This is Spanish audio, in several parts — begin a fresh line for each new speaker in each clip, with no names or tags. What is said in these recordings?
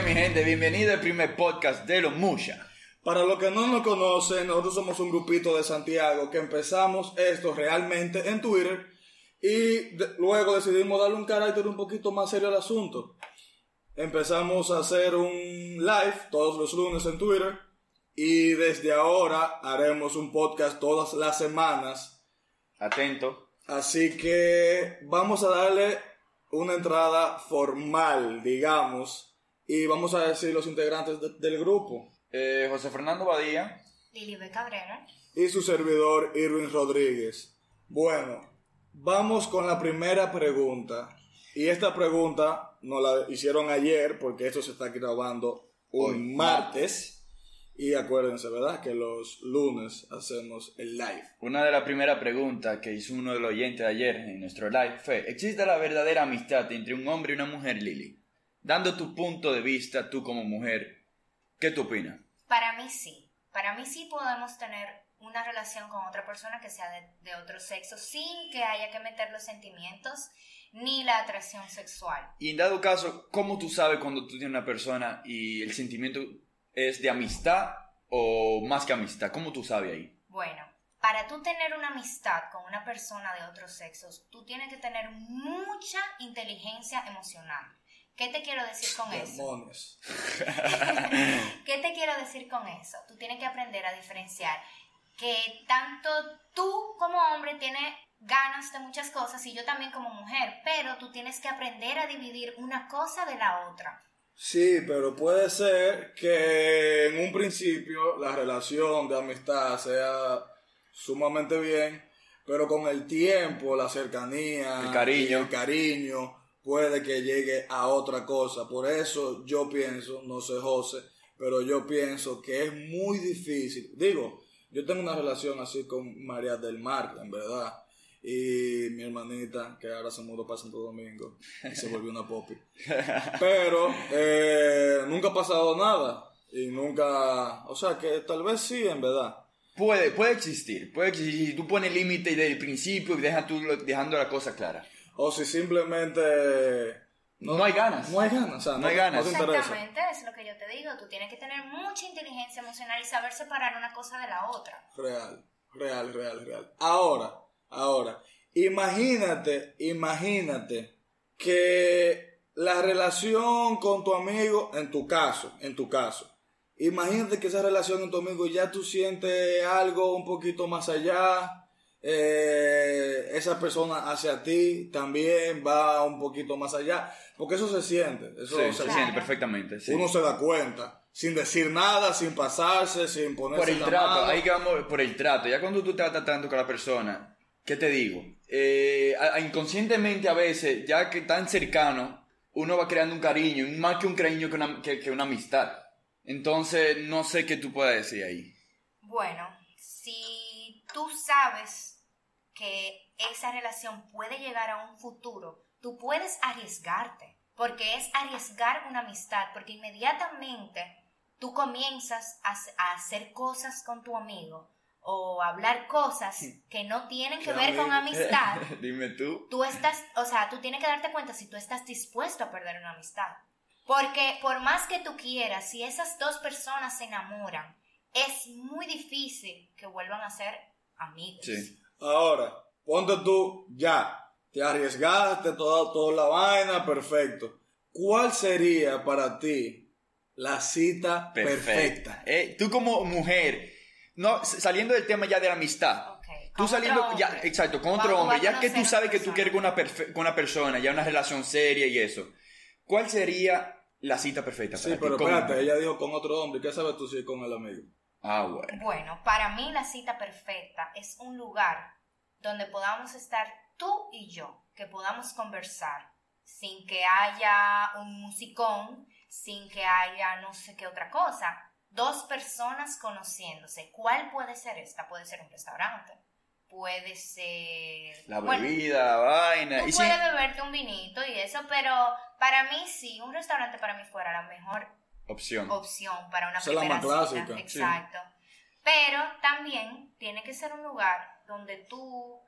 Bienvenido al primer podcast de Los Musha.
Para los que no nos conocen, nosotros somos un grupito de Santiago que empezamos esto realmente en Twitter y de- luego decidimos darle un carácter un poquito más serio al asunto. Empezamos a hacer un live todos los lunes en Twitter y desde ahora haremos un podcast todas las semanas.
Atento.
Así que vamos a darle una entrada formal, digamos, y vamos a decir los integrantes de- del grupo.
Eh, José Fernando Badía.
Lilibe Cabrera.
y su servidor Irwin Rodríguez. Bueno, vamos con la primera pregunta. Y esta pregunta nos la hicieron ayer porque esto se está grabando un
Hoy,
martes. Y acuérdense, ¿verdad? Que los lunes hacemos el live.
Una de las primeras preguntas que hizo uno de los oyentes de ayer en nuestro live fue: ¿Existe la verdadera amistad entre un hombre y una mujer, Lili? Dando tu punto de vista, tú como mujer, ¿qué tú opinas?
Para mí sí. Para mí sí podemos tener una relación con otra persona que sea de, de otro sexo sin que haya que meter los sentimientos ni la atracción sexual.
Y en dado caso, ¿cómo tú sabes cuando tú tienes una persona y el sentimiento es de amistad o más que amistad? ¿Cómo tú sabes ahí?
Bueno, para tú tener una amistad con una persona de otro sexo, tú tienes que tener mucha inteligencia emocional. ¿Qué te quiero decir con eso?
Demonios.
¿Qué te quiero decir con eso? Tú tienes que aprender a diferenciar que tanto tú como hombre tienes ganas de muchas cosas y yo también como mujer, pero tú tienes que aprender a dividir una cosa de la otra.
Sí, pero puede ser que en un principio la relación de amistad sea sumamente bien, pero con el tiempo, la cercanía,
El cariño.
y el cariño, puede que llegue a otra cosa. Por eso yo pienso, no sé José, pero yo pienso que es muy difícil. Digo, yo tengo una relación así con María del Mar, en verdad. Y mi hermanita, que ahora se mudó para Santo Domingo y se volvió una popi. Pero eh, nunca ha pasado nada. Y nunca. O sea, que tal vez sí, en verdad.
Puede, puede existir, puede existir. Si Tú pones límite desde el principio y deja tú lo- dejando la cosa clara.
O si simplemente.
No, hay ganas.
No hay ganas. O sea, no,
No hay ganas.
no te interesa.
Exactamente, es lo que yo te digo, tú tienes que tener mucha inteligencia emocional y saber separar una cosa de la otra.
Real, real, real, real. Ahora, ahora. Imagínate, imagínate que la relación con tu amigo, en tu caso, en tu caso. Imagínate que esa relación con tu amigo ya tú sientes algo un poquito más allá. eh, esa persona hacia ti también va un poquito más allá. Porque eso se siente.
Sí,
Eso
se
se,
claro.
siente perfectamente. sí.
Uno se da cuenta. Sin decir nada, sin pasarse, sin ponerse
por el
la
trato,
mano.
ahí que vamos por el trato. Ya cuando tú tratas tanto con la persona, ¿qué te digo? Eh, a- a- inconscientemente a veces, ya que tan cercano, uno va creando un cariño, más que un cariño que una, que- que una amistad. Entonces, no sé qué tú puedas decir ahí.
Bueno, si tú sabes que esa relación puede llegar a un futuro, tú puedes arriesgarte, porque es arriesgar una amistad, porque inmediatamente tú comienzas a, hac- a hacer cosas con tu amigo o hablar cosas que no tienen que
Qué
ver con
amigo.
amistad.
Dime tú.
Tú estás, o sea, tú tienes que darte cuenta si tú estás dispuesto a perder una amistad. Porque por más que tú quieras, si esas dos personas se enamoran, es muy difícil que vuelvan a ser amigos.
Sí.
Ahora, ponte tú ya. Te arriesgaste toda, toda la vaina, perfecto. ¿Cuál sería para ti la cita perfecta?
Eh, tú como mujer, no, s- saliendo del tema ya de la amistad,
Ok, con
Tú
otro
saliendo, ya,
hombre.
exacto, con
Cuando
otro
tú
hombre,
vas a
ya que tú
conocer a
sabes
una
que tú
persona.
quieres con una, perfe- con una persona, ya una relación seria y eso, ¿cuál sería la cita perfecta?
Sí,
para ti?
pero
¿Cómo?
espérate, ella dijo con otro hombre. ¿Qué sabes tú si es con el amigo?
Ah, bueno.
Bueno, para mí la cita perfecta es un lugar donde podamos estar tú y yo, que podamos conversar sin que haya un musicón, sin que haya no sé qué otra cosa. Dos personas conociéndose. ¿Cuál puede ser esta? Puede ser un restaurante, puede ser...
La
Bueno,
bebida, la vaina.
Tú
Y sí,
puedes beberte un vinito y eso, pero para mí sí, un restaurante para mí fuera la mejor
opción.
Oh, opción para una
Esa es la
primera
más
cita.
clásica, sí.
Exacto. Pero también tiene que ser un lugar donde tú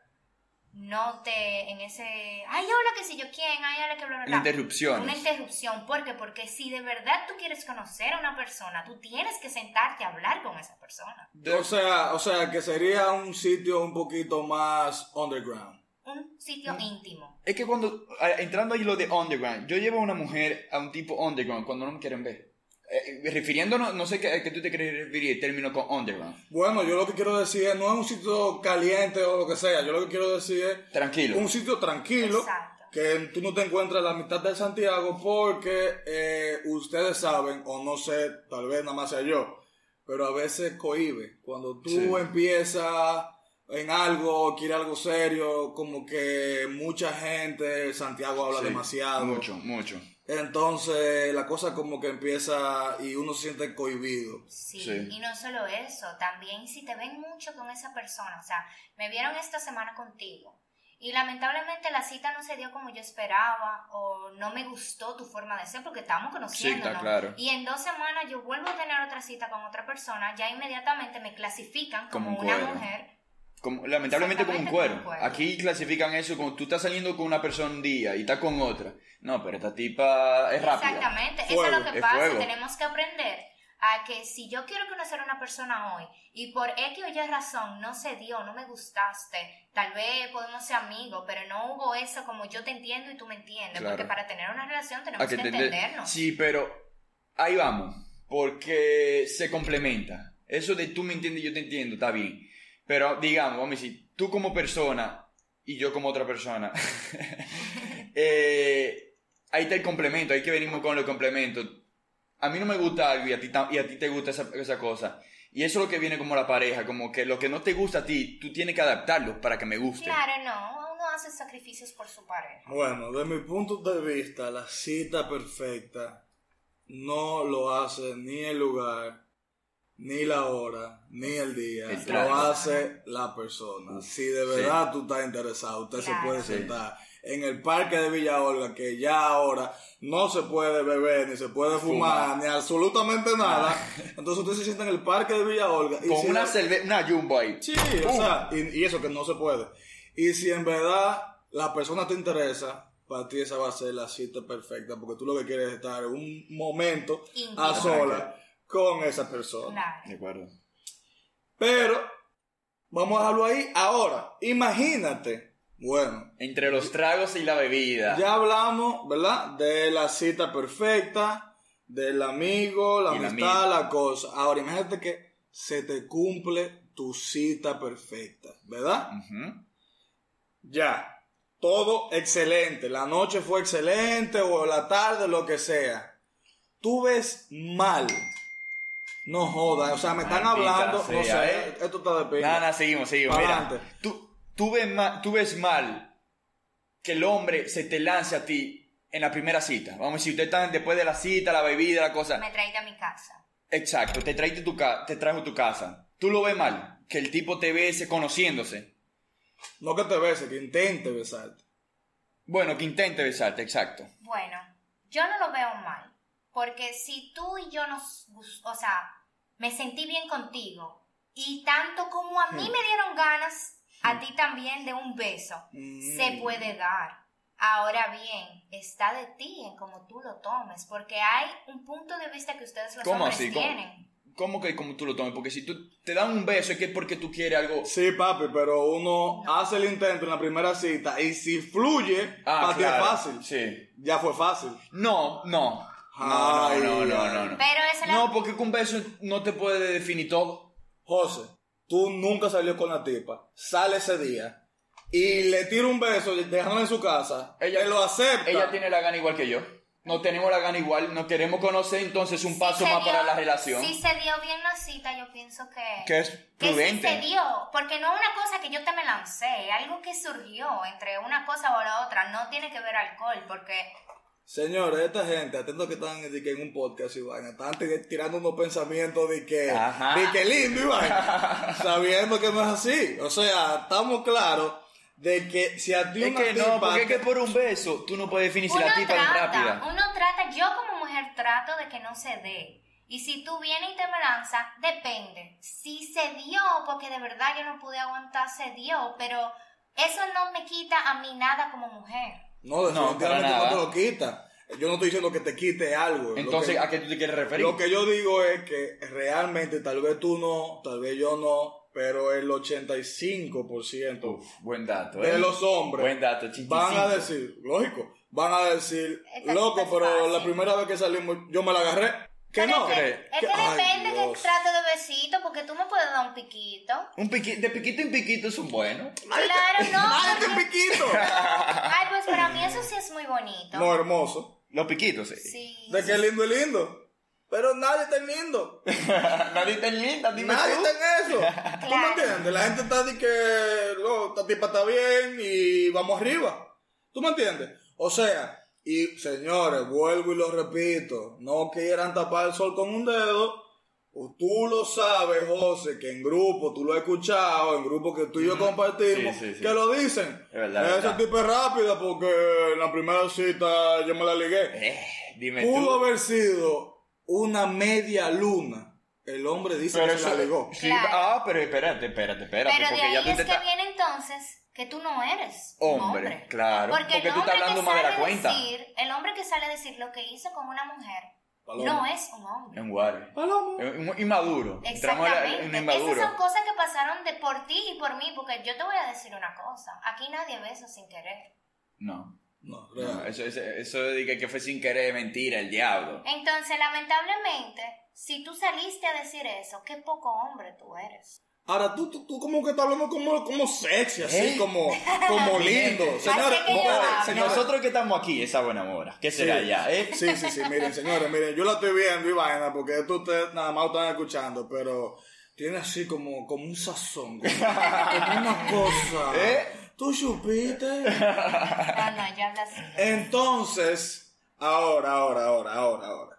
no te en ese ay hola que si yo quién ay hola que bla bla
Las
bla
interrupciones.
una interrupción ¿por qué? porque si de verdad tú quieres conocer a una persona tú tienes que sentarte a hablar con esa persona
De-
O sea, o sea, que sería un sitio un poquito más underground.
un
Mm.
sitio íntimo
Es que cuando, a- entrando ahí lo de underground, yo llevo a una mujer a un tipo underground cuando no me quieren ver. Eh, eh, refiriéndonos, no sé qué, a qué tú te quieres referir el término con underground.
Bueno, yo lo que quiero decir es, no es un sitio caliente o lo que sea, yo lo que quiero decir es
Tranquilo.
un sitio tranquilo,
Exacto.
que tú no te encuentras en la mitad de Santiago porque eh, ustedes saben, o no sé, tal vez nada más sea yo, pero a veces cohibe. Cuando tú
Sí.
empiezas en algo, quieres algo serio, como que mucha gente, Santiago habla
Sí,
demasiado.
Mucho, mucho.
Entonces la cosa como que empieza y uno se siente cohibido.
Sí,
Sí.
y no solo eso, también si te ven mucho con esa persona, o sea, me vieron esta semana contigo y lamentablemente la cita no se dio como yo esperaba o no me gustó tu forma de ser porque estábamos conociéndonos.
claro.
Y en dos semanas yo vuelvo a tener otra cita con otra persona, ya inmediatamente me clasifican como,
Como un
una
cuero.
mujer.
Como- lamentablemente como un cuero.
Exactamente como un cuero.
Aquí clasifican eso como tú estás saliendo con una persona un día y estás con otra. No, pero esta tipa es rápida.
Exactamente, eso
Fuego,
es lo que
es
pasa,
fuego.
tenemos que aprender a que si yo quiero conocer a una persona hoy y por X o Y razón no se dio, no me gustaste, tal vez podemos ser amigos, pero no hubo eso como yo te entiendo y tú me entiendes,
Claro.
porque para tener una relación tenemos
A
que,
que entender-
entendernos.
Sí, pero ahí vamos, porque se complementa. Eso de tú me entiendes, yo te entiendo, está bien. Pero digamos, vamos a decir, tú como persona y yo como otra persona. Eh, ahí está el complemento, ahí que venimos con los complementos. A mí no me gusta algo y a ti, ta- y a ti te gusta esa, esa cosa. Y eso es lo que viene como la pareja, como que lo que no te gusta a ti, tú tienes que adaptarlo para que me guste.
Claro, no, uno hace sacrificios por su pareja.
Bueno, de mi punto de vista, la cita perfecta no lo hace ni el lugar, ni la hora, ni el día.
El
lo
trato.
hace la persona. Si de verdad tú estás interesado, usted se
Claro.
puede
Sí.
sentar en el parque de Villa Olga, que ya ahora no se puede beber, ni se puede fumar,
Fumar. Ah.
ni absolutamente nada. Entonces usted se sienta en el parque de Villa Olga. y
Con
si
una
no-
cerveza, una jumbo ahí.
Sí, o sea, y, y eso que no se puede. Y si en verdad la persona te interesa, para ti esa va a ser la cita perfecta, porque tú lo que quieres es estar en un momento
Íntimo.
a sola con esa persona.
Claro.
De acuerdo.
Pero, vamos a dejarlo ahí ahora. Imagínate, bueno,
Entre los tragos y la bebida.
ya hablamos, ¿verdad? De la cita perfecta, del amigo, la
Y la
amistad, la cosa. Ahora, imagínate que se te cumple tu cita perfecta, ¿verdad?
Ujú.
Ya. Todo excelente. La noche fue excelente o la tarde, lo que sea. Tú ves mal. No jodas. O sea, me están
Maldita
hablando. No
sea,
sé.
eh.
Esto está de pinga.
Nada, seguimos, seguimos.
Para
Mira,
adelante.
tú, tú, ves mal, tú ves mal que el hombre se te lance a ti en la primera cita. Vamos a decir, ustedes están después de la cita, la bebida, la cosa.
Me traíste a mi casa.
Exacto, te, traíste tu ca- te trajo tu casa. Tú lo ves mal, que el tipo te bese conociéndose.
No que te beses, que intente besarte.
Bueno, que intente besarte, exacto.
Bueno, yo no lo veo mal, porque si tú y yo nos, gus- o sea, me sentí bien contigo y tanto como a mí me dieron ganas, a ti también de un beso, se
Mm.
puede dar. Ahora bien, está de ti en cómo tú lo tomes, porque hay un punto de vista que ustedes los
¿Cómo
hombres
así? ¿Cómo?
tienen.
¿Cómo que como tú lo tomes? Porque si tú te dan un beso es que es porque tú quieres algo.
Sí, papi, pero uno hace el intento en la primera cita y si fluye, para
Ah, claro,
ti es fácil.
Sí.
Ya fue fácil.
No, no. No,
Ay,
no, no, no,
ay.
no, no.
Pero esa es la...
No, pues, porque un beso no te puede definir todo.
José, tú nunca salió con la tipa, sale ese día y le tira un beso dejándola en su casa,
Ella-
él lo acepta.
Ella tiene la gana igual que yo. No tenemos la gana igual, no queremos conocer, entonces es un
si
paso
se
más
dio-
para la relación.
Si se dio bien la cita, yo pienso que...
que es
que sí se
prudente.
dio, porque no es una cosa que yo te me lancé, algo que surgió entre una cosa o la otra, no tiene que ver alcohol, porque
Señores, esta gente, atento que están de que en un podcast y vaina, están tir- tirando unos pensamientos de que,
Ajá.
de que lindo y vaina, sabiendo que no es así. O sea, estamos claros de que si a ti
es
una
que
tipa
no, porque es que por un beso tú no puedes definir si
uno
la tipa es
trata,
rápida.
uno trata, yo como mujer trato de que no se dé. Y si tú vienes y te me lanzas, depende. Si se dio, porque de verdad yo no pude aguantar, se dio, pero Eso no me quita a mí nada como mujer.
No,
No, para
definitivamente no,
nada.
te lo quita. Yo no estoy diciendo que te quite algo. Lo
Entonces,
que-
¿a qué tú te quieres referir?
Lo que yo digo es que realmente, tal vez tú no, tal vez yo no, pero el 85%
Uf, buen dato. ¿eh?
de los hombres
Buen dato, 85.
van a decir, lógico, van a decir,
Esta
loco,
tipa es
pero
fácil".
la primera vez que salimos yo me la agarré. ¿Que
Pero
no?
Es que, es que
Ay,
depende que
Dios.
trate de besito, porque tú me puedes dar un piquito.
Un piqui- de piquito en piquito son buenos.
Claro, no.
¡Ay,
porque-
este piquito!
Ay, pues para mí eso sí es muy bonito.
No, hermoso.
Los piquitos, sí.
Sí.
De que lindo es lindo. Pero nadie está en lindo.
Nadie está linda, dime
Nadie
tú.
está en eso. ¿Tú me
Claro.
entiendes? La gente está de que no, esta tipa está bien y vamos arriba. ¿Tú me entiendes? O sea, y señores, vuelvo y lo repito, no quieran tapar el sol con un dedo. O Tú lo sabes, José, que en grupo, tú lo has escuchado, en grupo que tú y yo compartimos,
Sí, sí, sí.
que lo dicen.
Es verdad, es
Ese
verdad.
tipo es rápida porque en la primera cita yo me la ligué.
Eh, dime tú.
Pudo haber sido una media luna. El hombre dice
Pero
que se la
eso-
ligó.
sí,
Claro.
Ah, pero espérate, espérate, espérate.
Pero de
porque
ahí
ya tú
es
te
que
estás.
viene entonces que tú no eres un
Hombre, claro.
Porque,
Porque
el
tú
hombre
estás hablando
que
más de la
sale
cuenta.
decir- el hombre que sale a decir lo que hizo con una mujer
Paloma.
no eh. es un hombre.
En Guare.
Paloma.
Es un Inmaduro. Entramos en la- en un
Exactamente. Esas
inmaduro.
son cosas que pasaron de por ti y por mí, porque yo te voy a decir una cosa. Aquí nadie besa sin querer.
No.
No, eh.
no,
real.
eso, eso, eso de que, que fue sin querer, mentira, el diablo.
Entonces, lamentablemente, si tú saliste a decir eso, qué poco hombre tú eres.
Ahora tú, tú, tú como que estás hablando como, como sexy, así,
¿Eh?
como, como lindo.
Bien.
Señores,
que yo
mujeres,
hablo.
señores.
Nosotros que estamos aquí, esa buena mora. ¿Qué será
Sí.
ya, eh?
Sí, sí, sí, miren, señores, miren, yo la estoy viendo y vaina, porque esto ustedes nada más lo están escuchando, pero tiene así como, como un sazón, como, como una cosa.
¿Eh?
¿Tú supiste?
No, no, yo hablo así.
Entonces, ahora, ahora, ahora, ahora, ahora.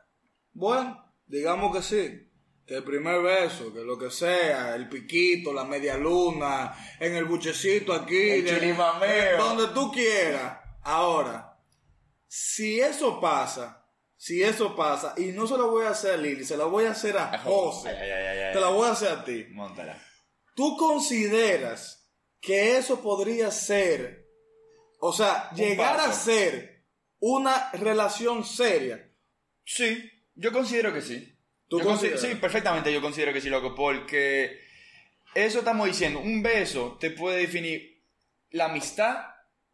Bueno, digamos que sí. Que el primer beso, que lo que sea, el piquito, la media luna, en el buchecito aquí,
El chilimameo.
donde tú quieras. Ahora, si eso pasa, si eso pasa, y no se lo voy a hacer a Lili, se lo voy a hacer a José,
Ay, ay, ay, ay,
te la
ay.
voy a hacer a ti.
Móntala.
¿Tú consideras que eso podría ser, o sea,
Un
llegar a
paso.
ser una relación seria?
Sí, yo considero que sí.
¿Tú
Yo consi-
consideras?
sí, perfectamente yo considero que sí, loco, porque eso estamos diciendo, un beso te puede definir la amistad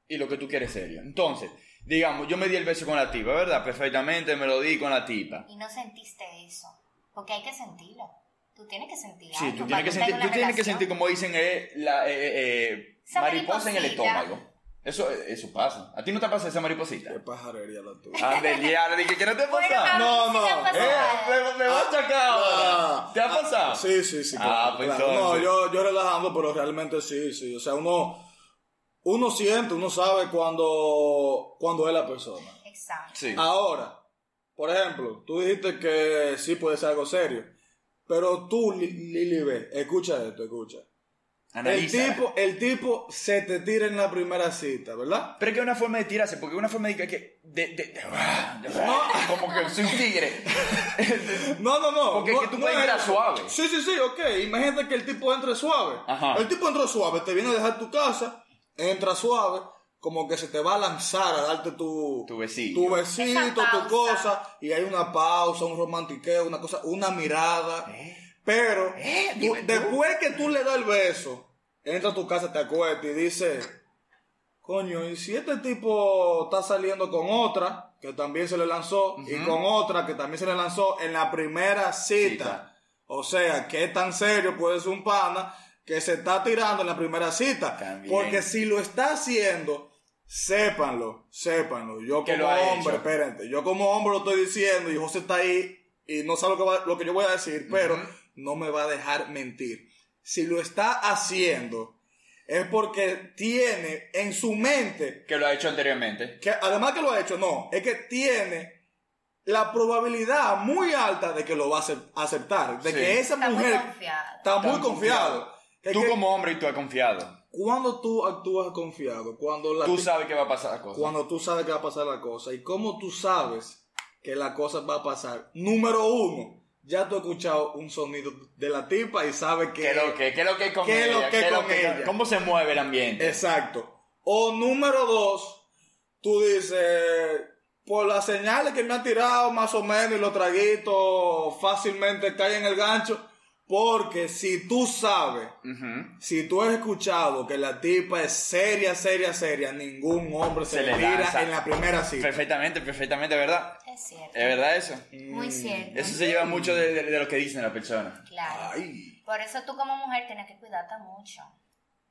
y lo que tú quieres serio. Entonces, digamos, yo me di el beso con la tipa, ¿verdad? Perfectamente me lo di con la tipa.
y no sentiste eso. Porque hay que sentirlo. Tú tienes que sentir
Sí,
algo
tú
para
tienes que
estar en
sentir,
una
tú tienes que
relación.
sentir como dicen, eh, la eh, eh, eh,
Esa
mariposa en el
mariposita.
estómago. Eso, eh, eso pasa. ¿A ti no te pasa esa mariposita?
Qué pajarería la tuya.
Ándale, ya, le dije que no te
Bueno, ah,
pasa.
a mí
No,
sí me ha
no,
Eh, me,
pasado.
me vas a chacar ahora.
Ah,
¿Te ha
ah,
pasado?
Sí, sí, sí.
Ah,
claro,
pues
claro. No,
entonces.
yo, yo relajando, pero realmente sí, sí. O sea, uno, uno siente, uno sabe cuando, cuando es la persona.
Exacto.
Sí.
Ah, Ahora, por ejemplo, tú dijiste que sí puede ser algo serio. Pero tú, Li- Lili B, escucha esto, escucha. El
Analízala.
tipo, el tipo se te tira en la primera cita, ¿verdad?
Pero es que es una forma de tirarse, porque es una forma de que- que. De, de- ah, de- como que soy un tigre.
No, no, no.
Porque es
no,
que tú
no
puedes
es-
entrar suave.
Sí, sí, sí, ok. Imagínate que el tipo entre suave.
Ajá.
El tipo entra suave, te viene a dejar tu casa, entra suave, como que se te va a lanzar a darte tu,
Tu vecillo.
tu besito,
Esa
tu
pausa.
cosa, y hay una pausa, un romantiqueo, una cosa, una mirada. Pero tú-
Eh. dime tú.
después que tú le das el beso, entra a tu casa, te acuestas y dice, coño, ¿y si este tipo está saliendo con otra que también se le lanzó y con otra que también se le lanzó en la primera cita?
Cita.
O sea, ¿qué tan serio puede ser un pana que se está tirando en la primera cita?
También.
Porque si lo está haciendo, sépanlo, sépanlo. Yo
Que
como
lo ha
hombre,
hecho.
espérate, yo como hombre lo estoy diciendo y José está ahí y no sabe lo que, va- lo que yo voy a decir, pero no me va a dejar mentir. Si lo está haciendo, es porque tiene en su mente,
Que lo ha hecho anteriormente.
que además que lo ha hecho, no, es que tiene la probabilidad muy alta de que lo va a acep- aceptar, de
Sí.
que esa
Está muy
mujer
confiado.
está muy
Está
confiado. Que-
Tú
que-
como hombre y tú has confiado.
Cuando tú actúas confiado, cuando la
Tú
ti-
sabes que va a pasar la cosa.
cuando tú sabes que va a pasar la cosa y cómo tú sabes que la cosa va a pasar. Número uno, ya tú has escuchado un sonido de la tipa y sabes que...
¿Qué es lo que, qué es lo que es con
¿Qué es lo
ella?
que
¿Qué es lo
con
que-
ella?
¿Cómo se mueve el ambiente?
Exacto. O número dos, tú dices, por las señales que me han tirado más o menos y los traguitos fácilmente caen en el gancho, porque si tú sabes,
Ujú.
si tú has escuchado que la tipa es seria, seria, seria, ningún hombre se,
Se
le
le
tira
lanza.
en la primera cita.
Perfectamente, perfectamente, ¿verdad?
Es cierto.
¿Es verdad eso?
Muy cierto.
Eso se lleva mucho de, de- de lo que dicen las personas.
Claro.
Ay,
Por eso tú como mujer tienes que cuidarte mucho.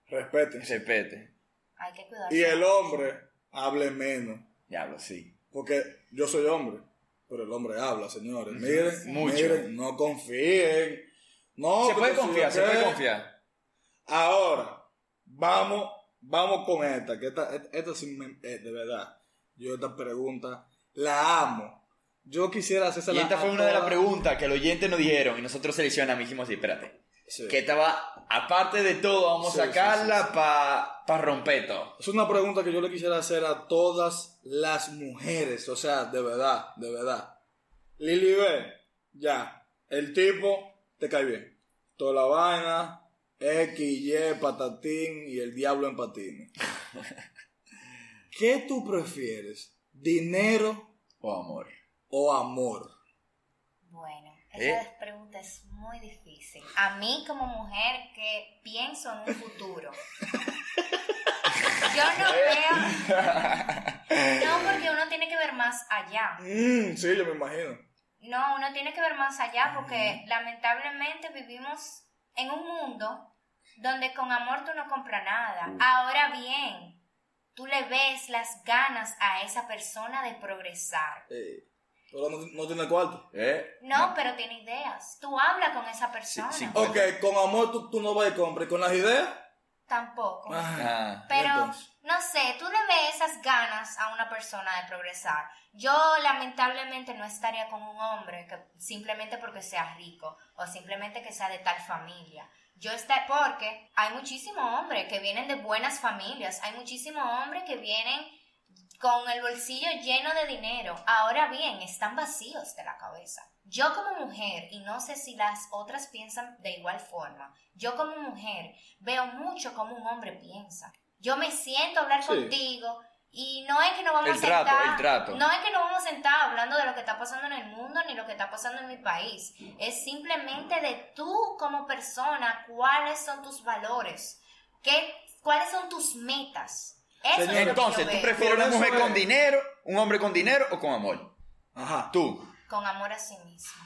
respete.
Respete.
Hay que cuidarse.
Y el hombre hable menos,
Diablo, sí.
porque yo soy hombre, pero el hombre habla, señores. Miren,
Mucho.
miren, no confíen. No,
se puede
porque si
confiar,
yo
se puede
qué-
confiar.
Ahora, vamos, vamos con esta, que esta, esta, esta sí me- eh, de verdad, yo esta pregunta la amo. Yo quisiera hacerse
Y
la
esta fue una de las preguntas que los oyentes nos dijeron y nosotros seleccionamos y dijimos así, espérate. Que esta va, aparte de todo, vamos
Sí,
a
sí,
sacarla
sí, sí.
para romper todo.
Es una pregunta que yo le quisiera hacer a todas las mujeres, o sea, de verdad, de verdad. Lili B, ya, el tipo te cae bien. Toda la vaina, X, Y, patatín y el diablo en patines. ¿Qué tú prefieres? ¿Dinero
Oh, amor.
o amor?
Bueno,
¿Eh?
esa pregunta es muy difícil. A mí como mujer que pienso en un futuro. Yo no veo... No, porque uno tiene que ver más allá.
Mm, sí, yo me imagino.
No, uno tiene que ver más allá porque lamentablemente vivimos en un mundo donde con amor tú no compras nada.
Mm.
Ahora bien, tú le ves las ganas a esa persona de progresar.
Eh, pero no, no tiene cuarto.
¿Eh?
No, pero tiene ideas. Tú hablas con esa persona.
sí.
Ok, con amor tú, tú no vas y compras. ¿Y con las ideas?
Tampoco.
Ah,
Ah,
Pero,
entonces.
no sé, tú le ves esas ganas a una persona de progresar. Yo lamentablemente no estaría con un hombre que simplemente porque sea rico o simplemente que sea de tal familia. Yo estar porque hay muchísimos hombres que vienen de buenas familias, hay muchísimos hombres que vienen con el bolsillo lleno de dinero. Ahora bien, están vacíos de la cabeza. Yo como mujer, y no sé si las otras piensan de igual forma, yo como mujer veo mucho como un hombre piensa. Yo me siento a hablar
Sí.
contigo y no es que no vamos
El
a
trato,
sentar,
el trato.
no es que no vamos a sentar hablando de lo que está pasando en el mundo ni lo que está pasando en mi país. Es simplemente de tú como persona, cuáles son tus valores, qué, cuáles son tus metas. Eso es lo que
Entonces,
yo
¿tú
veo.
prefieres
Por
una
eso
mujer
es-
con dinero, un hombre con dinero o con amor?
Ajá.
Tú.
con amor a sí mismo.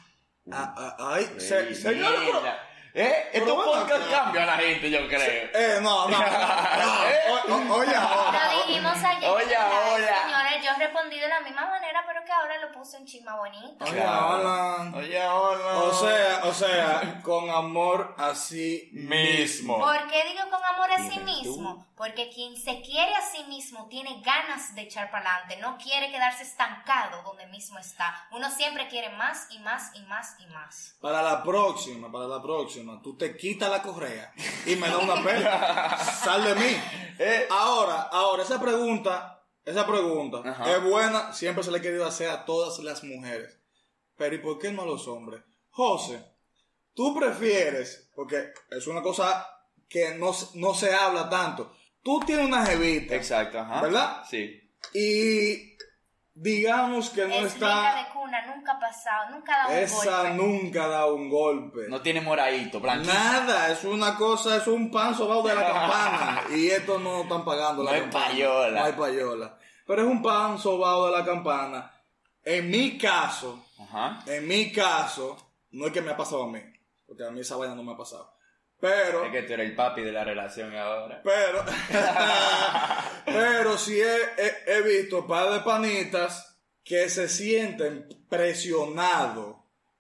Ah, ah, ay,
Ey,
se- señores, pero-
mierda. ¿Eh?
pero
Estos
bueno,
podcasts
pero-
cambian a la gente, yo creo.
Eh, no, no. no, no.
¿Eh?
O- o- oye, ahora.
oh.
Lo dijimos ayer.
Oye,
señores,
ahora.
Señores, yo respondí de la misma manera, pero que ahora lo puse en chisma bonito.
Oye,
Claro.
ahora.
Oye, hola.
O sea, o sea, con amor así
mismo.
¿Por qué digo con amor a sí
Dime tú.
mismo? Porque quien se quiere a sí mismo tiene ganas de echar para adelante, no quiere quedarse estancado donde mismo está. Uno siempre quiere más y más y más y más.
Para la próxima, para la próxima, tú te quitas la correa y me das una pela. Sal de mí.
Eh.
Ahora, ahora, esa pregunta, esa pregunta
Ajá.
es buena, siempre se le ha querido hacer a todas las mujeres. Pero ¿y por qué no a los hombres? José, tú prefieres, porque es una cosa que no, se- no se habla tanto. Tú tienes una jevita
Exacto, ajá.
¿Verdad?
Sí.
y digamos que no
es rica
está...
de cuna, nunca ha pasado, nunca ha dado
Esa
un golpe.
nunca da un golpe.
No tiene moradito, blanquito.
Nada, es una cosa, es un pan sobao de la campana. Y esto no están pagando la
No hay
campana.
payola.
No hay payola. Pero es un pan sobao de la campana. En mi caso,
Ajá.
en mi caso, no es que me ha pasado a mí. Porque a mí esa vaina no me ha pasado. Pero,
Es que tú eres el papi de la relación ahora.
pero, pero sí he, he- he visto par de panitas que se sienten presionados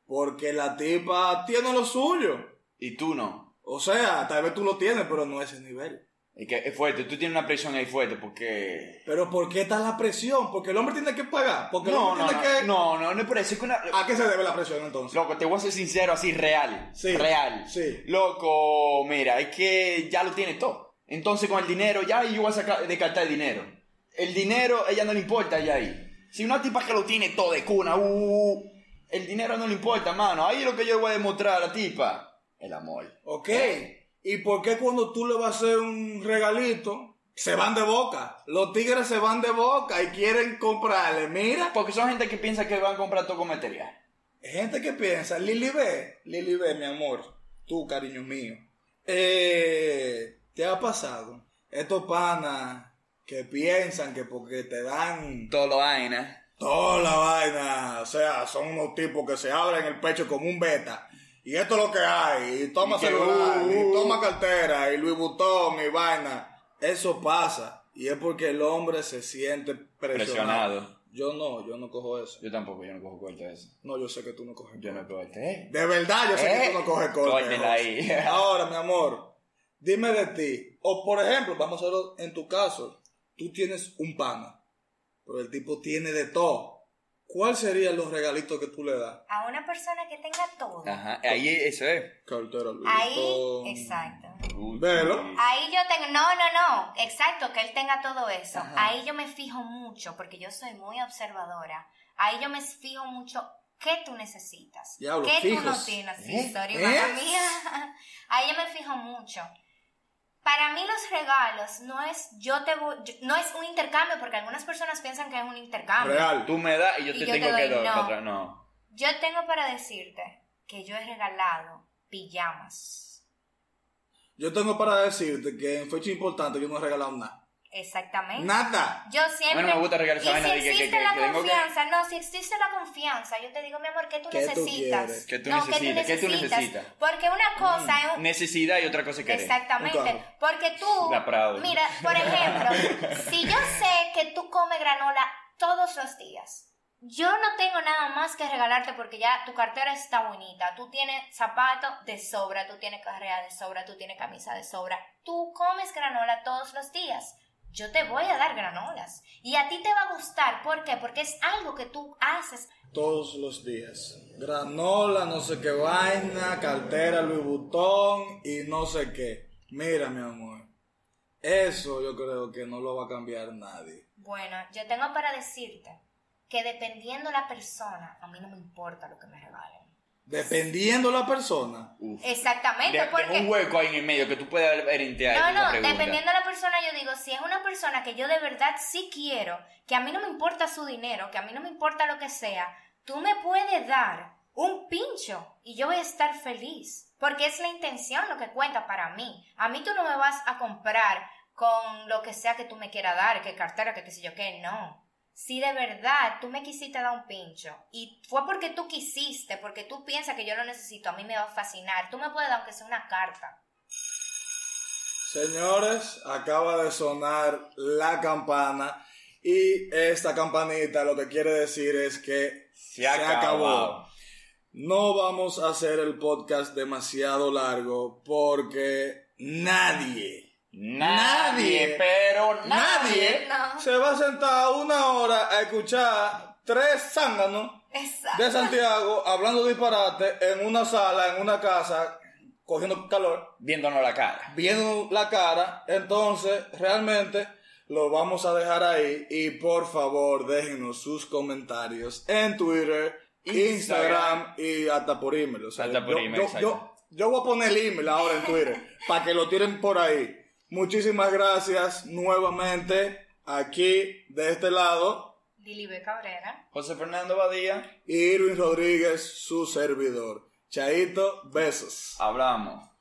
porque la tipa tiene lo suyo.
Y tú no.
O sea, tal vez tú lo tienes, pero no a ese nivel.
Es que es fuerte. Tú tienes una presión ahí fuerte porque...
Pero ¿por qué está la presión? Porque el hombre tiene que pagar. Porque el
No,
hombre
no, no.
tiene que... Ah.
No, no, no es por eso. Es que una...
¿A qué se debe la presión entonces?
Loco, te voy a ser sincero, así real.
Sí.
Real.
Sí.
Loco, mira, es que ya lo tiene todo. Entonces con el dinero, ya yo voy a sacar, descartar el dinero. El dinero, ella no le importa ya ahí. Si una tipa que lo tiene todo de cuna, uh, El dinero no le importa, mano. Ahí lo que yo voy a demostrar a la tipa. El amor.
Ok. ¿Y por qué cuando tú le vas a hacer un regalito, se van de boca? Los tigres se van de boca y quieren comprarle. Mira,
Porque son gente que piensa que van a comprar todo con material.
gente que piensa, Lili B, Lili B, mi amor, tú, cariño mío, eh, ¿te ha pasado? Estos panas que piensan que porque te dan
Todo lo vaina.
toda la vaina, o sea, son unos tipos que se abren el pecho como un beta. Y esto es lo que hay, y toma
Y que,
celular,
uh,
y toma cartera, y Louis Vuitton, y vaina. Eso pasa, y es porque el hombre se siente presionado.
Presionado.
Yo no, yo no cojo eso.
Yo tampoco, yo no cojo corte de eso.
No, yo sé que tú no coges
Yo no
corte.
cojo este.
De verdad, yo sé que
Eh,
tú no coges corte.
córtela ahí.
José. Ahora, mi amor, dime de ti. O, por ejemplo, vamos a verlo en tu caso. Tú tienes un pana, pero el tipo tiene de todo. ¿Cuáles serían los regalitos que tú le das?
A una persona que tenga todo.
Ajá, ahí eso es.
Cartera, Louis
Ahí,
Vuitton.
exacto.
Velo.
Ahí yo tengo, no, no, no, exacto, que él tenga todo eso. Ahí yo me fijo mucho, porque yo soy muy observadora. Ahí yo me fijo mucho qué tú necesitas.
Diablo,
qué tú no
fijos.
tienes, sí,
¿Eh?
sorry,
¿Eh?
mamá mía. Ahí yo me fijo mucho. Para mí los regalos no es yo te voy- yo- no es un intercambio porque algunas personas piensan que es un intercambio.
Real.
Tú me das y yo
Y
te
yo te
tengo que
doy,
dar
no.
para atrás. No.
Yo tengo para decirte que yo he regalado pijamas.
Yo tengo para decirte que en fecha importante yo no he regalado nada.
Exactamente.
Nada.
Yo
A
siempre.
mí no me gusta regalar esa
y
vaina
Si
de que- que-
existe
que-
la
que tengo que-
confianza, no, si existe la confianza, yo te digo, mi amor, ¿qué tú
¿Qué tú quieres?
necesitas?
¿Qué tú
No,
necesitas? ¿Qué tú necesitas? Mm.
Porque una cosa es. un-
Necesidad y otra cosa que querer.
Exactamente.
Un carro.
Porque tú.
La Prado.
Mira, por ejemplo, si yo sé que tú comes granola todos los días. Yo no tengo nada más que regalarte porque ya tu cartera está bonita. Tú tienes zapato de sobra, tú tienes carrera de sobra, tú tienes camisa de sobra. Tú comes granola todos los días. Yo te voy a dar granolas. Y a ti te va a gustar. ¿Por qué? Porque es algo que tú haces.
todos los días. Granola, no sé qué vaina, cartera, Louis Vuitton y no sé qué. Mira, mi amor, eso yo creo que no lo va a cambiar nadie.
Bueno, yo tengo para decirte que dependiendo la persona, a mí no me importa lo que me regalen.
Dependiendo la persona.
Uf.
Exactamente,
De-
porque...
de un hueco ahí en el medio que tú puedes herentear.
No,
esa
no,
pregunta.
dependiendo de la persona, yo digo, si es una persona que yo de verdad sí quiero, que a mí no me importa su dinero, que a mí no me importa lo que sea, tú me puedes dar un pincho y yo voy a estar feliz, porque es la intención lo que cuenta para mí. A mí tú no me vas a comprar con lo que sea que tú me quieras dar, que cartera, que qué sé yo qué, no. Si de verdad tú me quisiste dar un pincho y fue porque tú quisiste, porque tú piensas que yo lo necesito, a mí me va a fascinar, tú me puedes dar aunque sea una carta.
Señores, acaba de sonar la campana y esta campanita lo que quiere decir es que
Se, ha acabado.
No vamos a hacer el podcast demasiado largo porque nadie
Nadie,
Nadie.
pero nadie.
Nadie
No.
se va a sentar una hora a escuchar tres zánganos
Exacto.
de Santiago hablando disparate en una sala, en una casa, cogiendo calor,
Viéndonos la cara.
viendo la cara. Entonces, realmente lo vamos a dejar ahí. Y por favor, déjenos sus comentarios en Twitter,
Instagram.
Instagram, y hasta por email. O sea,
Hasta por
yo,
email,
yo-
exacto.
yo- yo voy a poner el email ahora en Twitter para que lo tiren por ahí. Muchísimas gracias nuevamente aquí de este lado.
Dilibe Cabrera.
José Fernando Badía,
Irwin Rodríguez, su servidor. Chaito, besos.
hablamos.